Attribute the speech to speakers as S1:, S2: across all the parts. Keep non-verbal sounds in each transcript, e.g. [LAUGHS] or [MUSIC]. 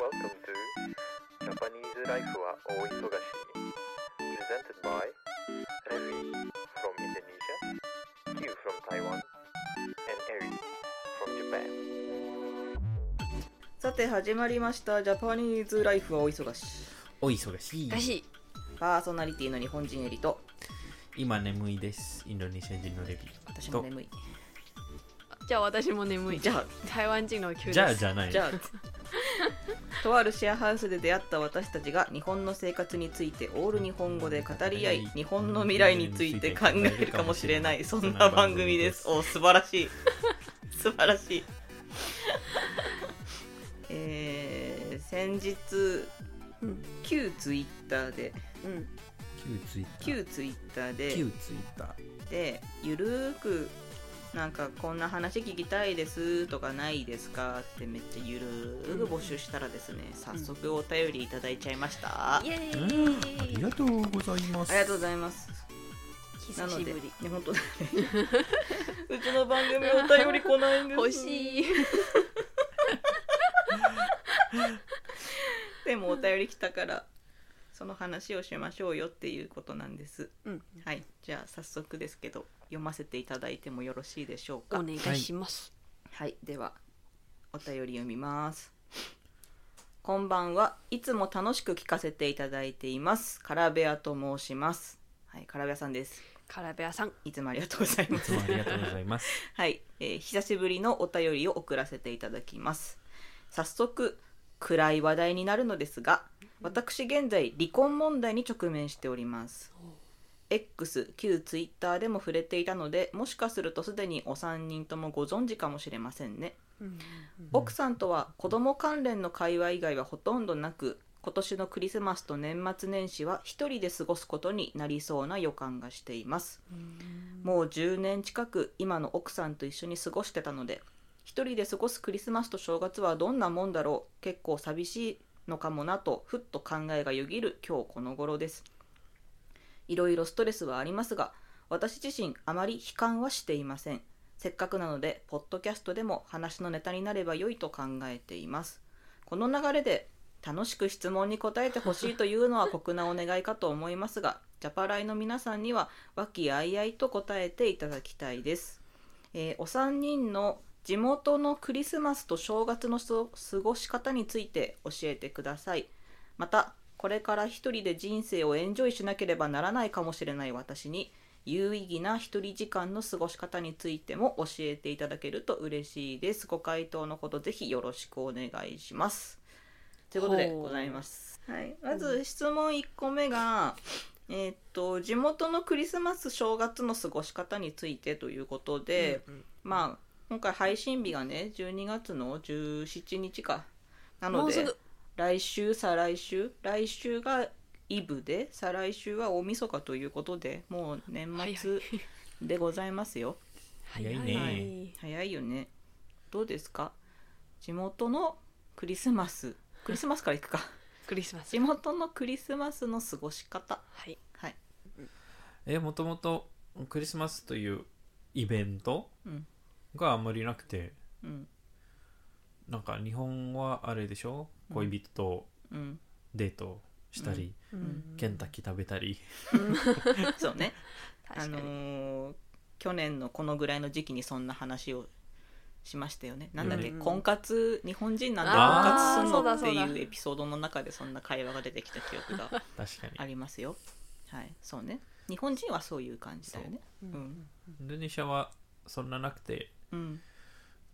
S1: Welcome to Japanese Life は大忙し Presented by Revi from Indonesia, Q from Taiwan, and Eri from Japan.
S2: さて始まりましたジャパニーズライフはお忙し
S3: お忙しい
S4: らしい
S2: パーソナリティの日本人エリと
S3: 今眠いですインドネシア人のレビ
S2: 私も眠い
S4: じゃあ私も眠い
S2: じゃあ
S4: 台湾人の急です
S3: とじゃあじゃない
S2: じゃあとあるシェアハウスで出会った私たちが日本の生活についてオール日本語で語り合い日本の未来について考えるかもしれないそんな番組ですお素晴らしい [LAUGHS] 素晴らしいえー、先日
S4: うん
S2: 旧ツイッターで
S4: うん
S3: 旧ツイッター
S2: 旧ツイッターで
S3: 旧ツイッター
S2: でゆるーくなんかこんな話聞きたいですとかないですかってめっちゃゆるーく募集したらですね、早速お便りいただいちゃいました、
S4: イ
S2: あ
S4: エーイ
S3: うんありがとうございます
S2: りがとうございますな
S4: 久
S2: の
S4: し
S2: で
S4: ぶ
S2: ね
S4: り
S2: 本当だねうちの番組お便り来ないんです
S4: [LAUGHS] 欲しい
S2: でもお便り来たからその話をしましょうよっていうことなんです
S4: うん
S2: はいじゃあ早速ですけど読ませていただいてもよろしいでしょう
S4: お
S2: か
S4: 願いします
S2: はい、ではお便り読みます。こんばんは。いつも楽しく聞かせていただいています。カラベアと申します。はい、カラベアさんです。
S4: カラベアさん
S2: いつもありがとうございま
S3: い
S1: [LAUGHS]
S3: つ
S2: す
S3: も。ありがとうございます
S2: はい、えー久しぶりのお便りを送らせていただきます。早速暗い話題になるのですが、私現在離婚問題に直面しております。X 旧 Twitter でも触れていたので、もしかするとすでにお三人ともご存知かもしれませんね。
S4: うん
S2: 奥さんとは子供関連の会話以外はほとんどなく今年のクリスマスと年末年始は一人で過ごすことになりそうな予感がしていますもう10年近く今の奥さんと一緒に過ごしてたので一人で過ごすクリスマスと正月はどんなもんだろう結構寂しいのかもなとふっと考えがよぎる今日この頃ですいろいろストレスはありますが私自身あまり悲観はしていませんせっかくなのでポッドキャストでも話のネタになれば良いと考えていますこの流れで楽しく質問に答えてほしいというのは酷なお願いかと思いますがジャパライの皆さんには和気あいあいと答えていただきたいです、えーお三人の地元のクリスマスと正月のそ過ごし方について教えてくださいまたこれから一人で人生をエンジョイしなければならないかもしれない私に有意義な一人時間の過ごし方についても教えていただけると嬉しいですご回答のほどぜひよろしくお願いしますということで
S4: ほう
S2: ございます、はい、まず質問1個目が、えーっと地元のクリスマス正月の過ごし方についてということで、
S4: うん
S2: まあ今回配信日がね12月の17日かな
S4: も
S2: の
S4: うす
S2: で
S4: ぐ
S2: 来週再来週来週がイブで再来週は大晦日ということでもう年末でございますよ、
S3: 早い
S4: は
S3: ね
S4: い
S2: 早いよねどうですか地元のクリスマスクリスマスから行くか
S4: クリスマス
S2: 地元のクリスマスの過ごし方
S4: はい
S2: はい
S3: えもともとクリスマスというイベント
S2: うん
S3: があんまりなくて
S2: うん
S3: なんか日本はあれでしょ恋人と
S2: うん
S3: デートしたり、
S4: うん
S3: ケンタッキー食べたり
S2: そうね
S4: 確か
S2: あ
S4: に
S2: のー去年のこのぐらいの時期にそんな話をしましたよねなんだっけ、
S4: うん
S2: 婚活日本人なんで婚
S3: あ
S2: 活す
S3: ー
S2: んのっ
S4: そ
S2: て
S4: うだそう
S2: いう
S4: だ
S2: エピソードの中でそんな会話が出てきた記憶が
S3: 確かに
S2: ありますよ。はい、そうね。日本人はそういう感じだよね。
S4: う
S2: うん、
S3: インドネシアはそんななくて
S2: うん、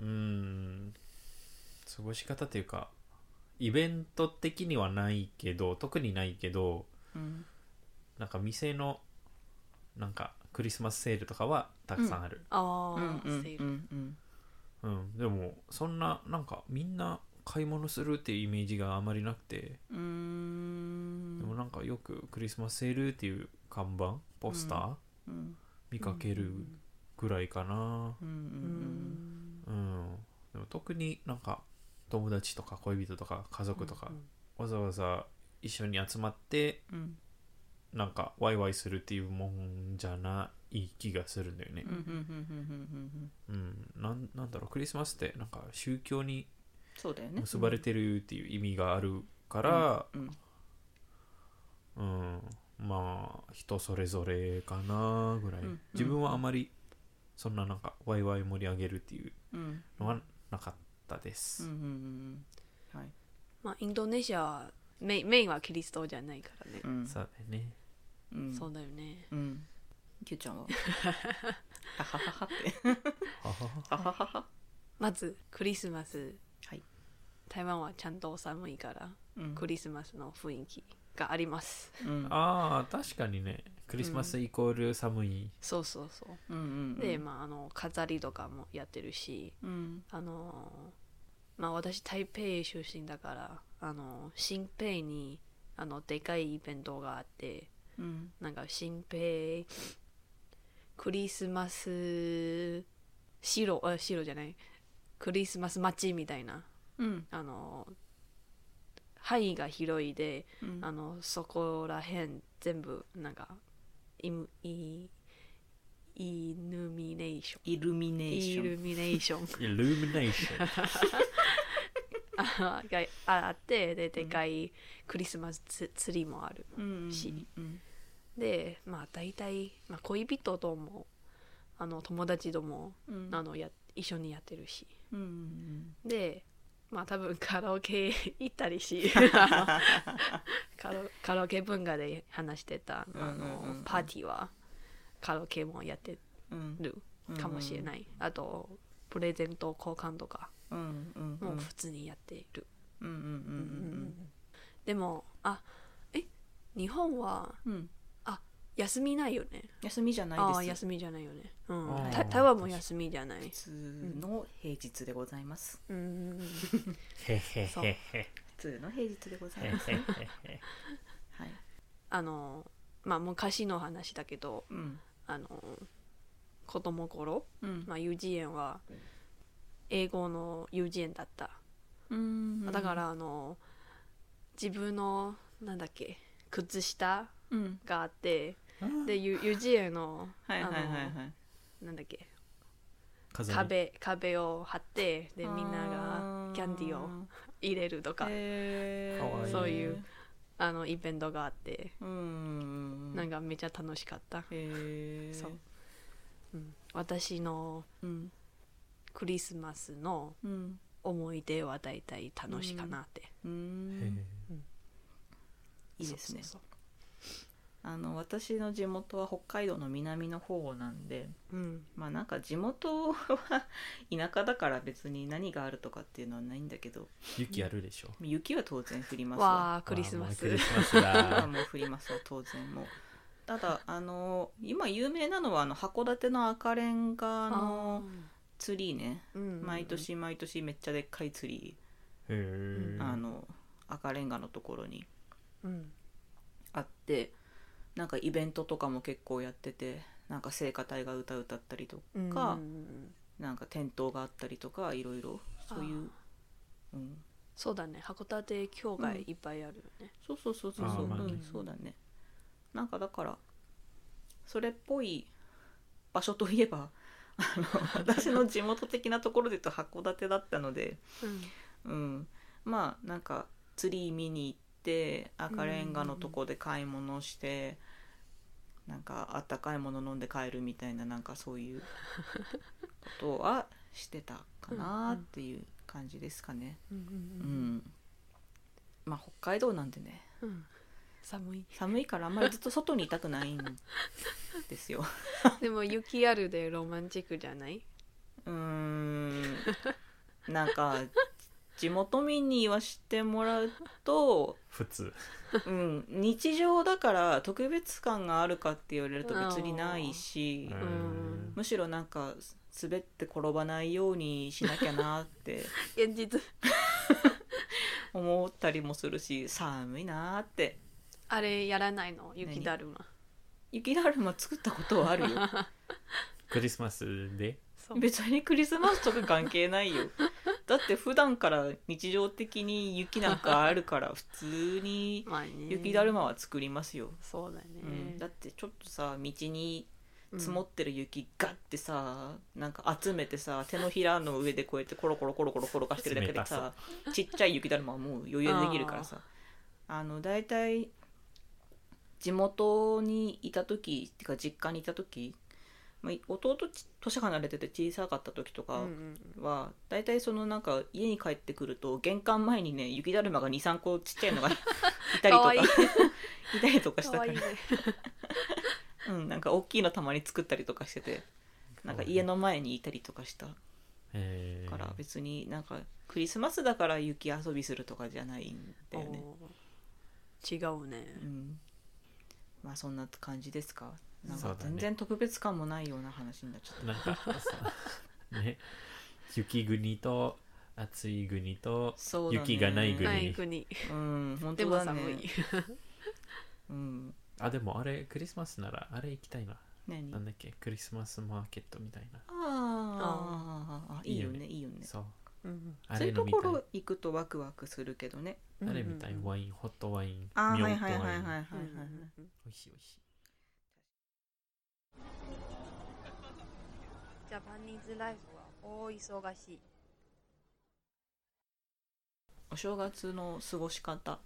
S3: うーん過ごし方というかイベント的にはないけど特にないけど
S2: うん、
S3: なんか店のなんかクリスマスセールとかはたくさんある、
S4: あ
S2: うん、
S4: あ
S2: うん、うん
S4: セー
S2: う
S4: ル
S2: ん、
S3: うんでもそんななんかみんな買い物するっていうイメージがあまりなくて、
S2: うーん
S3: でもなんかよくクリスマスセールっていう看板ポスター、
S2: うん、
S3: 見かけるぐらいかな
S2: うん、うん、うん、
S3: うん、でも特になんか友達とか恋人とか家族とか、わざわざ一緒に集まって
S2: うん、
S3: なんかワイワイするっていうもんじゃない気がするんだよね
S2: うん、うん、うん、うん、うん、うん、
S3: うん、なんなんだろうクリスマスってなんか宗教に
S2: そうだよね
S3: 結ばれてるっていう意味があるから、
S2: うん
S3: うん、まあ人それぞれかなぐらい、
S2: うん
S3: 自分はあまりそんななんかワイワイ盛り上げるっていう
S2: うん
S3: のはなかったで
S2: うんう
S3: す、
S2: んうんうんはい
S4: まあインドネシアはメインメインはキリストじゃないからね
S2: う、ん
S3: そうだよね
S2: うん
S4: そうだよね
S2: うんキューちゃんはははははって
S3: ははは
S2: はははは
S4: まずクリスマス
S2: はい
S4: 台湾はちゃんと寒いから、
S2: うん
S4: クリスマスの雰囲気があります
S2: うん
S3: あー確かにねクリスマスイコール寒い、
S4: そうそうそう
S2: うんうん
S4: でまああの飾りとかもやってるし
S2: うん
S4: あのーまあ私台北出身だからあのー新北にあのでかいイベントがあって
S2: うん
S4: なんか新平クリスマス白あ白じゃないクリスマス街みたいな
S2: うん
S4: あの範囲が広いで、
S2: うん
S4: あのそこら辺全部なんかイムイイルミネーシ
S2: イルミネ
S4: ョン
S2: ー
S4: イ
S2: ション
S4: ルミネーション
S3: イルミネー [LAUGHS] ション
S4: [LAUGHS] あがあってででかいクリスマスツツリーもある
S2: うんうん
S4: し
S2: うん
S4: でまあ大体、まあ、恋人ともあの友達とも
S2: うん
S4: あのや一緒にやってるし
S2: うんうん
S4: でまあ多分カラオケ [LAUGHS] 行った
S2: [LAUGHS]
S4: りしあのカラオカラオケ文化で話してたあの、
S2: うんうんうん
S4: パーティーはカラオケもやって
S2: うん
S4: るかもしれない、あとプレゼント交換とか
S2: うんうんうん
S4: も普通にやっている、
S2: うんうんうん
S4: でもあえ日本は
S2: うんうん
S4: 休みないよね
S2: 休みじゃない
S4: ああ
S2: です
S4: 休みじゃないよね、うん
S3: あ、ー
S4: た台湾も休みじゃない
S2: 普通の平日でございます
S4: うんうんうん
S3: へへへへ
S2: 普通の平日でござ
S3: へ
S2: い
S3: へ
S2: ますね
S3: へへ
S2: はい
S4: あのまあ昔の話だけど
S2: うん
S4: あの子供頃、
S2: うん
S4: まあ、幼稚園は英語の幼稚園だった、
S2: うん
S4: だからあの自分のなんだっけ靴下
S2: うん
S4: があってでゆ幼稚園の
S2: はいはいはい
S4: あ
S2: はい
S4: のなんだっけ
S3: 飾り
S4: 壁壁を張ってでみんながキャンディーを入れるとか
S2: へー
S3: かわいいそう
S4: いうあのイベントがあって
S2: うん
S4: なん
S2: か
S4: かめちゃ楽しかった、
S2: へえ
S4: そう、うん、私の
S2: うん
S4: クリスマスの
S2: うん
S4: 思い出は大体楽しいかなって、
S2: う
S3: へ
S2: ん
S3: へ
S2: いいですね
S4: そうそう
S2: あの私の地元は北海道の南の方なんで
S4: そううん
S2: まあなんか地元は田舎だから別に何があるとかっていうのはないんだけど
S3: 雪あるでしょ
S2: 雪は当然降りますわ
S4: わあクリスマス
S3: わあもうクリスマス
S2: 雪は [LAUGHS]
S3: だ
S2: もう降りますわ当然もうただあの今有名なのはあの函館の赤レンガのツリーね
S4: あーうん
S2: 毎年毎年めっちゃでっかいツリ
S3: へえ
S2: ーあの赤レンガのところに
S4: うん
S2: あってなんかイベントとかも結構やっててなんか聖歌隊が歌歌ったりとか、
S4: うん
S2: なんか店頭があったりとかいろいろそういう、うん、
S4: そうだね函館教会いっぱいあるよね
S2: そうそうそうそう
S3: あ
S2: そう、
S3: ーまあね
S2: うん、そうだねなんかだからそれっぽい場所といえばあの私の地元的なところで言うと函館だったので、
S4: うん
S2: うん、まあなんかツリー見に行って赤レンガのとこで買い物して、なんかあったかいもの飲んで帰るみたいななんかそういうことはしてたかなっていう感じですかね。
S4: うんう
S2: うんん、まあ北海道なんでね
S4: うんうん寒い
S2: 寒いからあんまりずっと外にいたくないんです [LAUGHS] よ。
S4: でも雪あるでロマンチックじゃないう
S2: ーんなんか地元民に言わしてもらうと、
S3: 普通
S2: うん、日常だから特別感があるかって言われると別にないし
S3: う
S4: うんん
S2: むしろなんか滑って転ばないようにしなきゃな
S4: [LAUGHS]
S2: って
S4: 現実
S2: 思ったりもするし寒いなって
S4: あれやらないの雪だるま
S2: 雪だるま作ったことはあるよ
S4: [LAUGHS]
S3: クリスマスで
S4: そう
S2: 別にクリスマスとか関係ないよだって普段から日常的に雪なんかあるから普通に
S4: まあね
S2: 雪だるまは作りますよ、
S4: そうだね
S2: うんだってちょっとさ道に
S4: うん
S2: 積もってる雪ガッてさなんか集めてさ手のひらの上でこうやってコロコロコロコロ転がしてるだけでさちっちゃい雪だるまはもう余裕でできるからさあの大体地元にいた時っていうか実家にいた時、まあ、弟ち年離れてて小さかった時とか、
S4: うんうん
S2: は大体そのなんか家に帰ってくると玄関前にね雪だるまが23個ちっちゃいのが [LAUGHS] いたりと
S4: か
S2: か [LAUGHS]
S4: わいい
S2: いたりとかしたか
S4: かわい
S2: ら
S4: いね
S2: うん、なんか大きいのたまに作ったりとかしててなんか家の前にいたりとかした
S3: えー
S2: から別になんかクリスマスだから雪遊びするとかじゃないんだよね、
S4: おー違うね
S2: うん、まあそんな感じですかなん
S3: そう
S2: か
S3: だね
S2: 全然特別感もないような話になっちゃった、
S3: なんかそうね雪国と暑い国と
S2: そうだね
S3: 雪がないぐら
S4: ない国
S2: うん本
S4: で
S2: 当
S4: も
S2: だね
S4: 寒
S3: [LAUGHS]
S4: い
S2: うん
S3: あでもあれクリスマスならあれ行きたいな
S2: 何
S3: なんだっけクリスマスマーケットみたいな
S2: あーあいいよねいいよね
S3: そう
S4: うん
S3: あ
S2: そうい
S3: れ
S2: うと
S3: のみ
S2: こ
S3: たい
S2: ろ行くとワクワクするけどね。
S4: うん
S3: あれみたいワインホットワインミ
S2: あー
S3: ョ
S2: はい
S3: ント
S2: は
S3: ワ
S2: いはい
S3: イ
S2: はいはい
S3: ン
S2: はい。
S4: うんうんうん
S3: 美味しい美味しい
S4: ジャパニーズライフは大忙しい
S2: お正月の過ごし方。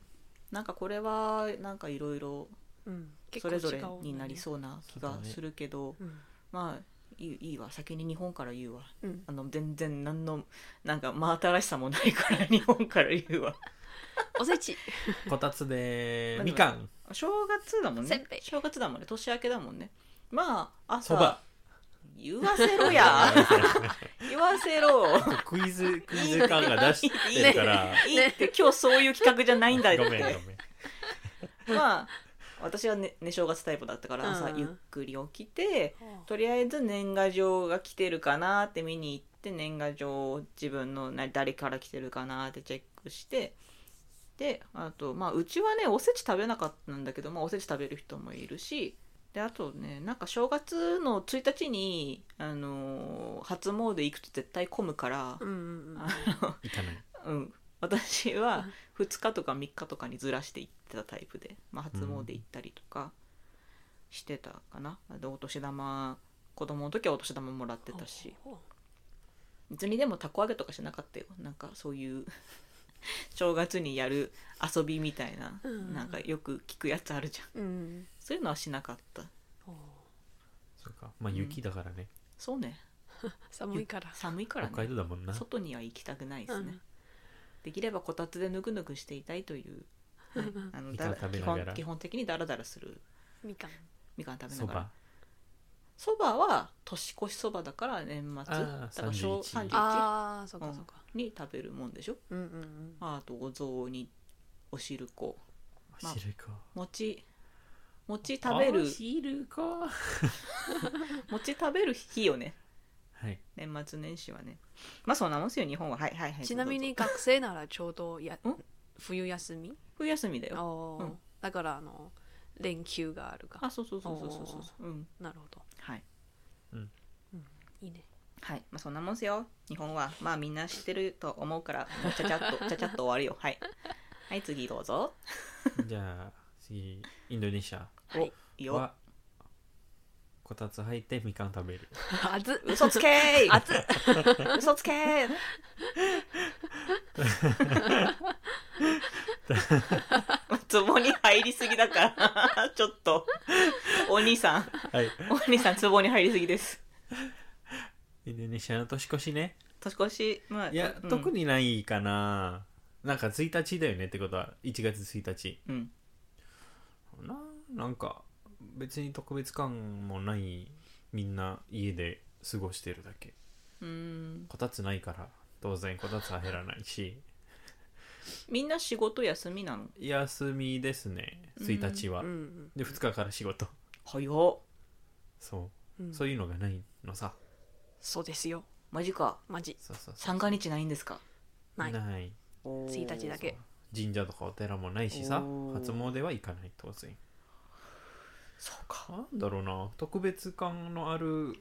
S2: なんかこれはなんかいろいろ
S4: うん
S2: それぞれになり
S4: う
S2: そうな気がするけど、
S4: うん
S2: まあいいいいわ先に日本から言うわ
S4: うん
S2: [LAUGHS] あの全然何のなんか真新しさもないから日本から言うわ
S4: おせち
S3: こたつで
S2: 何
S3: みかん
S2: 正月だもん
S4: せ
S2: ね
S4: んべい
S2: 正月だもんね年明けだもんねまあ朝
S3: そば
S2: 言わせろや言わせろ
S3: [LAUGHS] クイズクイズ感が出してるから
S2: いいって今日そういう企画じゃないんだっ
S3: ごめんご
S2: て
S3: めん
S2: まあ私はね寝正月タイプだったから朝
S4: うん
S2: ゆっくり起きてとりあえず年賀状が来てるかなって見に行って年賀状を自分のな誰から来てるかなってチェックしてであとまあうちはねおせち食べなかったんだけど、まあ、おせち食べる人もいるしであとねなんか正月の1日に、あのー初詣行くと絶対混むから
S4: う、んうんうん
S2: あの
S3: 行かない
S2: うん、私は2日とか3日とかにずらして行ってたタイプで、まあ、
S3: うん
S2: 初詣行ったりとかしてたかな、でお年玉子供の時はお年玉もらってたし
S4: ほうほ
S2: 別にでもたこ揚げとかしなかったよなんかそういう [LAUGHS] 正月にやる遊びみたいな、
S4: うん
S2: なんかよく聞くやつあるじゃん
S4: ううん
S2: そういうのはしなかった
S4: ほう
S3: そうかまあ
S2: うん
S3: 雪だからね
S2: そうね
S4: 寒いから
S2: 寒いから
S3: 北海
S2: ね
S3: 道だもんな
S2: 外には行きたくないですね、
S4: うん
S2: できればこたつでぬくぬくしていたいというはいあの
S3: みかん
S2: だら
S3: 食べ
S2: 基
S3: ながら
S2: 本基本的にダラダラする
S4: みかん
S2: みかん食べ
S3: そ
S2: なが
S3: ば
S2: らそばは年越しそばだから年末
S3: あ
S2: だ
S3: ー
S2: から小
S3: 31
S2: 31
S4: ああそっかそっか
S2: に食べるもんでしょ
S4: うんうんうん
S2: あとお雑煮お汁粉
S3: お汁粉
S2: 餅餅食べる
S3: お汁粉
S2: 餅食べる日よね
S3: はい
S2: 年末年始はねまあそんなもんですよ日本ははいはいはい
S4: ちなみ
S2: どうぞ
S4: に学生ならちょうどや
S2: ん
S4: 冬休み
S2: 冬休みだよ
S4: おー
S2: うん
S4: だからあの連休があるか
S2: あそうそうそうそうそうそうそううん
S4: なるほど
S2: はい
S4: い
S2: [LAUGHS]
S4: いね
S2: はい、まあ、そんなもんですよ。日本は、まあ、みんな知ってると思うから、もうちゃちゃっと、ちゃちゃっと終わるよ。はい。はい、次どうぞ。
S3: じゃあ次インドネシア
S4: はい
S2: いいよ。
S3: はこたつ履いてみかん食べる
S4: あず
S2: 嘘つけー
S4: 熱っ
S2: [LAUGHS] 嘘つけ [LAUGHS] ーツボに入りすぎだから、 [LAUGHS] ちょっと。お兄さん、
S3: はい
S2: お兄さん、ツボに入りすぎです。
S3: インドネシアの年越しね
S2: 年越し、まあ、
S3: いや、
S2: うん
S3: 特。にないかななんか1日だよねってことは1月1日
S2: うん。
S3: ななんか別に特別感もないみんな家で過ごしてるだけ
S2: うーん
S3: こたつないから当然こたつは減らないし
S2: みんな仕事休みなの
S3: 休みですね1日は、
S4: うんうん
S3: で2日から仕事
S2: 早っ
S3: そうう、
S4: ん
S3: そういうのがないのさ
S4: そうですよ
S2: マジか
S4: マジ
S3: そうそうそう
S2: 三が日ないんですか
S4: ない
S3: ない
S4: 1日だけ
S3: 神社とかお寺もないしさ
S2: おー
S3: 初詣は行かない当然
S2: そうか
S3: なんだろうな特別感のあるっ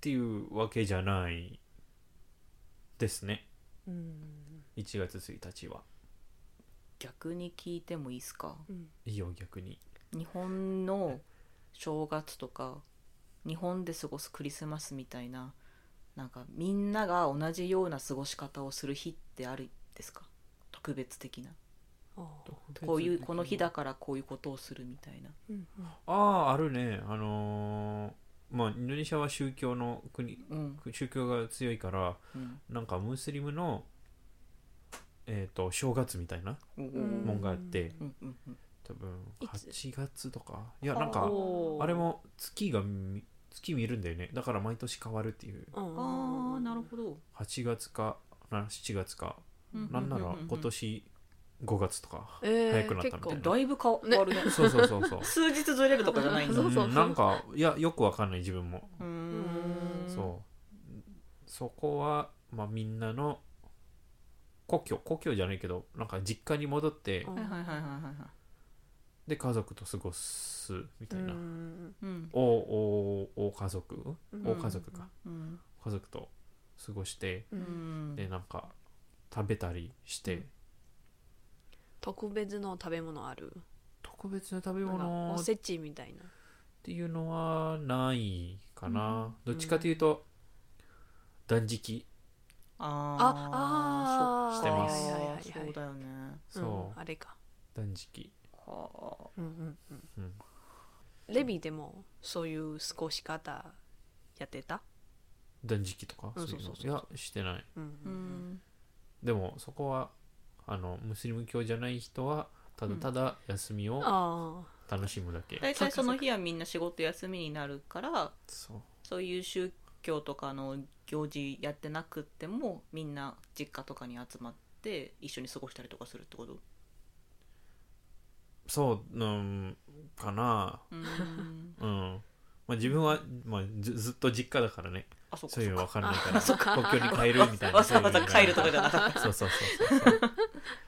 S3: ていうわけじゃないですね
S4: うん
S3: 1月1日は
S2: 逆に聞いてもいいですか
S4: うん
S3: いいよ逆に
S2: 日本の正月とか日本で過ごすクリスマスみたいななんかみんなが同じような過ごし方をする日ってあるんですか特別的な
S4: おー
S2: こういうこの日だからこういうことをするみたいな
S4: うんうん
S3: あああるねあのーまあインドネシアは宗教の国
S2: うん
S3: 宗教が強いから
S2: うん
S3: なんかムスリムのえっ、と正月みたいな
S2: おー
S4: うん
S3: もんがあって
S2: うんうんうん
S3: 多分
S4: いつ
S3: 8月とかいやなんか
S4: おー
S3: あれも月が見月見るんだよねだから毎年変わるっていう
S4: うん
S2: ああなるほど
S3: 8月かな7月かなんなら今年5月とか
S4: えー
S3: 早くなったみたいな
S4: 結構
S2: だいぶ変わるね
S3: そうそうそ
S4: [LAUGHS]
S3: うそ
S2: [LAUGHS]
S3: う
S2: 数日ずれるとかじゃないんだ
S4: そうそうそう
S3: うんなんかいやよくわかんない自分も、
S2: うーん
S3: そうそこは、まあ、みんなの故郷故郷じゃないけどなんか実家に戻って、
S4: うん
S2: はいはいはいはいはいはい
S3: で家族と過ごすみたいな、
S4: うん
S2: うん
S3: おおお家族、
S4: うん
S3: お家族か
S2: うん
S3: 家族と過ごして
S4: う
S2: うんん
S3: でなんか食べたりして、
S2: うん
S4: 特別の食べ物ある
S3: 特別な食べ
S4: なんか
S3: 物
S4: お
S3: っ
S4: せちみたいな
S3: ていうのはないかな、どっちかというと断食
S2: あー
S4: あ
S2: そっ
S4: あー
S3: してま
S4: は
S3: す
S4: いはいはいはい
S2: そうだよね
S3: そう、
S4: んあれか
S3: 断食
S2: は
S4: うんうん
S3: うん
S4: レビでもそういう過ごし方やってた
S3: 断食とか
S4: うん
S3: そういう
S4: そ
S3: の
S4: うそう
S3: い
S4: そう
S3: やしてない
S4: うん
S2: あうん
S3: でもそこはあのムスリム教じゃない人はただただ休みを
S4: あ
S3: 楽しむだけ、
S2: 大体その日はみんな仕事休みになるから
S3: そう
S2: そういう宗教とかの行事やってなくってもみんな実家とかに集まって一緒に過ごしたりとかするってこと
S3: そう、うん、かな
S2: うーん
S3: うんまあ自分は、まあ、ずずっと実家だからね
S2: [LAUGHS] あそっか
S3: そういうの
S2: そっ [LAUGHS] か
S3: 分かんないから
S4: そっか
S3: 東京に帰るみたいな
S2: わざわざ帰るとかじゃなか
S3: ったそうそうそうそうそう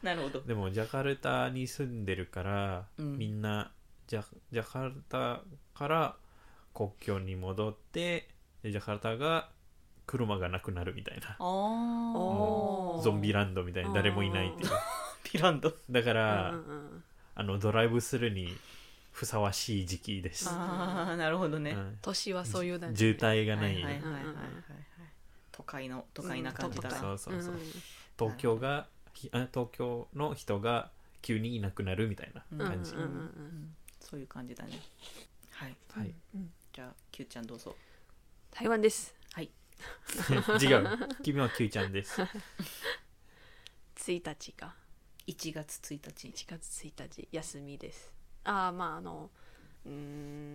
S2: なるほ [LAUGHS] ど
S3: でもジャカルタに住んでるから、
S2: うん
S3: みんなジャジャカルタから国境に戻ってでジャカルタが車がなくなるみたいな
S2: あー
S4: おー
S3: ゾンビランドみたいに誰もいないっていう
S2: ピランド
S3: だか
S4: あ
S3: ら、
S4: うんうん
S3: あのドライブするにふさわしい時期です、
S2: ああなるほどね、
S3: うん
S4: 年はそういうだね
S3: 渋滞が
S2: は
S3: ないい、
S2: はいはいはいはいはい
S4: うんうん
S2: 都会の都会な感じだ
S4: うん
S2: な、
S4: 都会
S3: そうそうそうん東京がひあ東京の人が急にいなくなるみたいな
S4: うんうん
S3: 感じ、
S4: うんうん
S2: う
S4: うん
S2: んそういう感じだねはい
S3: はい、
S2: じゃあ Q ちゃんどうぞ
S4: 台湾です
S2: はい
S3: [LAUGHS] 違う君は Q ちゃんです
S4: 1日か
S2: 1月1日
S4: 1月1日休みですああまああのうー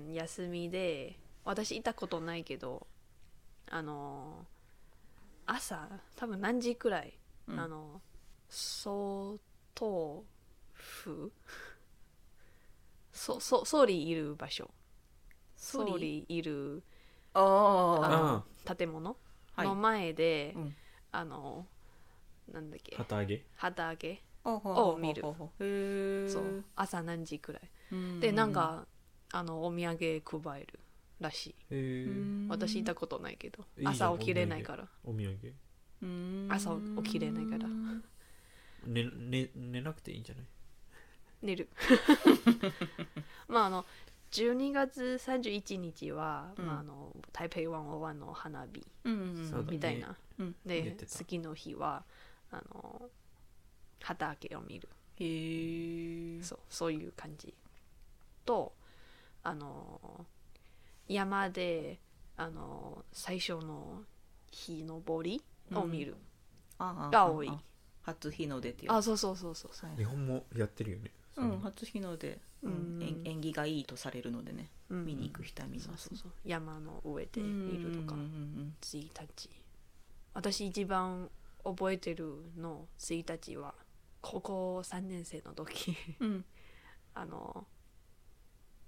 S4: ん休みで私いたことないけどあのー朝多分何時くらい、
S2: うん
S4: あの総統府 [LAUGHS] そそ総理いる場所
S2: 総
S4: 総理いるあ
S2: ああ
S4: の建物
S2: はい
S4: の前で、
S2: うん
S4: あのなんだっけ
S3: 旗揚げ
S4: 旗揚げ
S2: を
S4: 見る
S2: へえ
S4: そう朝何時くらいでなんかあのお土産配るらしい私いたことないけど
S3: いいじゃん
S4: 朝起きれないから
S3: お土産
S4: 朝起きれないから
S3: 寝寝寝なくていいんじゃない
S4: 寝
S3: [LAUGHS]
S4: るまああの12月31日は、
S2: うん
S4: まあ、あの台北101の花火
S3: そうだね
S4: みたいな、
S2: うん
S3: 言
S4: で
S3: ってた
S4: 次の日はあの旗揚げを見る
S2: へえ
S4: そうそういう感じとあの山であの最初の日のぼりを見る、が多い
S2: 初日の出っていう
S4: あそうそうそうそうそう
S3: 日本もやってるよねそ
S2: うん
S3: の
S2: 初日の出う
S4: う
S2: んん縁縁起がいいとされるのでね
S4: うん
S2: 見に行く人は見
S4: そう
S2: ます
S4: そうそう山の上で見るとか
S2: うんうんうん
S4: 1日私一番覚えてるの1日は高校3年生の時 [LAUGHS]
S2: うんうん
S4: あの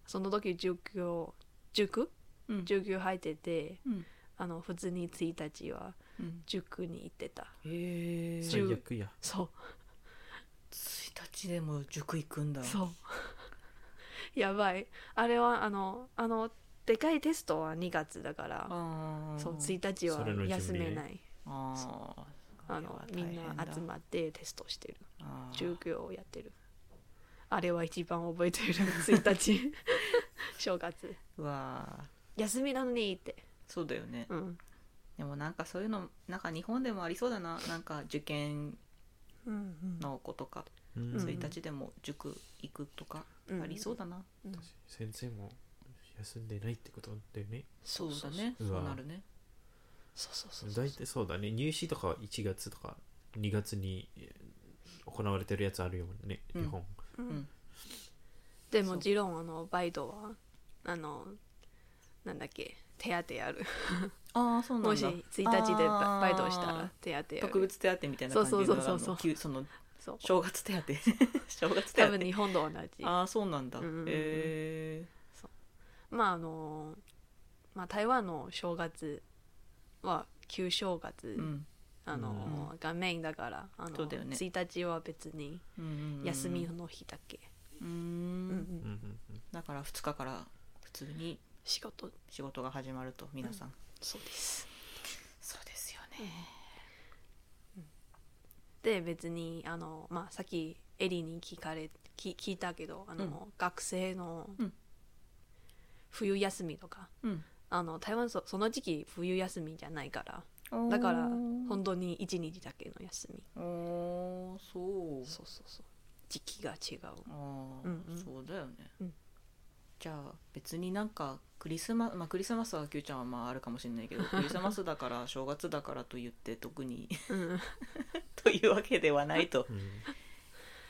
S4: その時授業塾
S2: うん
S4: 授業入ってて
S2: うん
S4: あの普通に1日は
S2: うん
S4: 塾に行ってた
S2: へえ
S3: 最悪や
S4: そ
S2: 1日でも塾行くんだ
S4: うそう [LAUGHS] やばいあれはあのあのでかいテストは2月だから
S2: ああ
S4: そう1日
S3: それの
S4: は
S3: 準
S4: 休
S3: 備
S4: めない
S2: ああ
S4: あのみんな集まってテストしてる
S2: あー
S4: 授業をやってるあれは一番覚えてる1日 [LAUGHS] 正月
S2: うわー
S4: 休みなのにって
S2: そうだよね、
S4: うん、
S2: でもなんかそういうのなんか日本でもありそうだななんか受験
S4: うん
S2: の子とか
S3: うん
S4: うん
S2: 1日でも塾行くとかありそうだな、
S4: うん
S3: 先生も休んでないってことだよね
S2: そうだね
S3: そうそう
S2: そうなるね
S4: そうそうそうそう
S3: 大体そうだね入試とかは1月とか2月にえー行われてるやつあるよね
S2: うん
S3: 日本、
S4: うん
S2: ん
S4: で
S2: そ
S4: も
S2: う
S4: ジロンあのバイトはあのなんだっけ手当てある
S2: ああそうな
S4: も
S2: ん
S4: し
S2: だ
S4: 1日で
S2: あ
S4: バ
S2: ー
S4: バイトをしたら手当てあ
S2: 特
S4: る
S2: 別手当みたいな感じ
S4: そう
S2: で
S4: そうそうそ
S2: あ
S4: う
S2: の給その
S4: そう
S2: 正月手当
S4: [LAUGHS]
S2: 正月手
S4: 多
S2: 当
S4: 分日本と同じ
S2: ああそうなんだへ、
S4: うんうんうん
S2: え
S4: まああのまあ台湾の正月は旧正月、
S2: うん
S4: あの、がメインだからあの
S2: そうだよね
S4: 1日は別に
S2: うんうんうん
S4: 休みの日だけ、
S2: うー
S4: うん
S2: ん
S3: うんうんうん
S2: だから2日から普通に
S4: 仕事
S2: 仕事が始まると皆さん、
S4: そうです
S2: そうですよね
S4: で別にあの、まあ、さっきエリに聞かれ聞聞いたけどあの、
S2: うん
S4: 学生の
S2: うん
S4: 冬休みとか、
S2: うん
S4: あの台湾そその時期冬休みじゃないからだから本当に1日だけの休み
S2: おーそう
S4: そうそうそう時期が違う
S2: ああ、
S4: うんうん
S2: そうだよね、
S4: うん
S2: じゃあ別になんかクリスマスまあクリスマスは Q ちゃんはまああるかもしれない
S4: [LAUGHS]
S2: けどクリスマスだから正月だからと言って特に [LAUGHS]
S4: うん
S2: というわけではないと
S3: う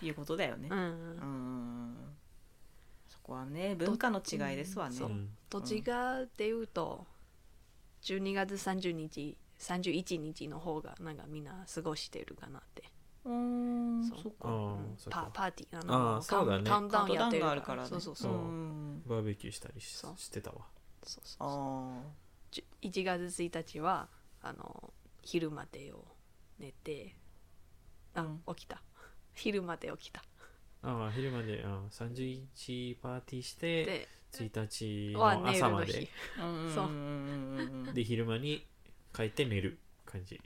S3: ん
S2: いうことだよね
S4: う
S2: うん
S4: ん
S2: んそこはね文化の違いですわね
S4: そう
S3: うん
S4: どっちがっていうと12月30日31日の方がなんかみんな過ごしてるかなって
S2: うーん
S4: そう
S2: そっ
S3: あ
S2: か
S4: う
S3: ー
S4: ん
S3: そう
S4: パ
S3: か
S4: パーティーあの
S3: あーそうだね
S4: カウンカ
S2: カ
S4: ウ
S2: ウ
S4: ン
S2: ントダ
S4: トダウ
S2: ウ
S4: ン
S2: ン
S4: や
S2: があ
S4: っ
S2: る
S4: てる
S2: か
S4: から
S2: らね
S4: そうそうそう
S3: そうんバーベキューしたりし
S4: そう
S3: してたわ
S4: そうそう
S2: あ
S4: そう
S2: ー
S4: じゅ1月1日はあの昼までを寝てあ、
S2: うん
S4: 起きた [LAUGHS] 昼まで起きた
S3: ああ昼までああ31パーティーして
S4: で
S3: 1日
S4: は
S3: の
S4: 寝る
S3: 朝ま
S4: の
S3: で
S4: 日
S2: うん
S4: そう
S2: うんうんうんうん
S3: で昼間に帰って寝る
S4: [LAUGHS]
S3: 感じ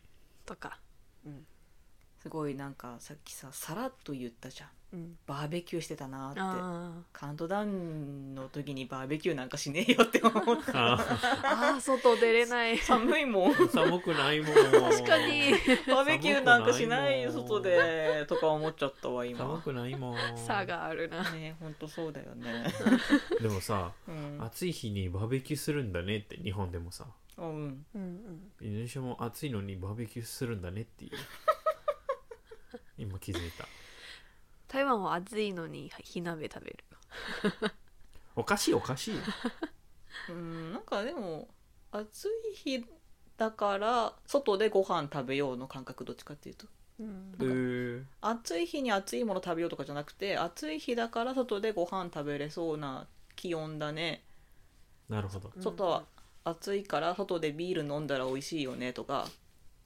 S4: とか、うん
S2: すごいなんかさっきささらっと言ったじゃん
S4: うん、
S2: バーベキューしてたなーって
S4: あ
S2: カウントダウンの時にバーベキューなんかしねえよって思う [LAUGHS]
S3: あ
S4: ーあー外出れない
S2: 寒いもん
S3: あ寒くないもん
S4: 確かに
S2: バーベキューなんかしないよ
S3: 寒くないも
S2: 外
S3: ん
S2: でとか思っちゃったわ
S3: 寒
S2: 今
S3: くないもん
S4: 差があるな
S2: ね本当そうだよ [LAUGHS] ね、
S3: でもさ
S2: うん、あ
S3: 暑い日にバーベキューするんだねって日本でもさ
S2: うん
S4: うんうん
S3: インドネシアも暑いのにバーベキューするんだね
S4: [LAUGHS]
S3: っていう今気づいた
S4: 台湾は暑いのに火鍋食べる
S3: おかしいおかしい
S2: うんなんかでも暑い日だから外でご飯食べようの感覚どっちかっていうと
S4: うん
S3: うー
S2: 暑い日に暑いもの食べようとかじゃなくて暑い日だから外でご飯食べれそうな気温だね
S3: なるほど
S2: 外は暑いから外でビール飲んだら美味しいよねとか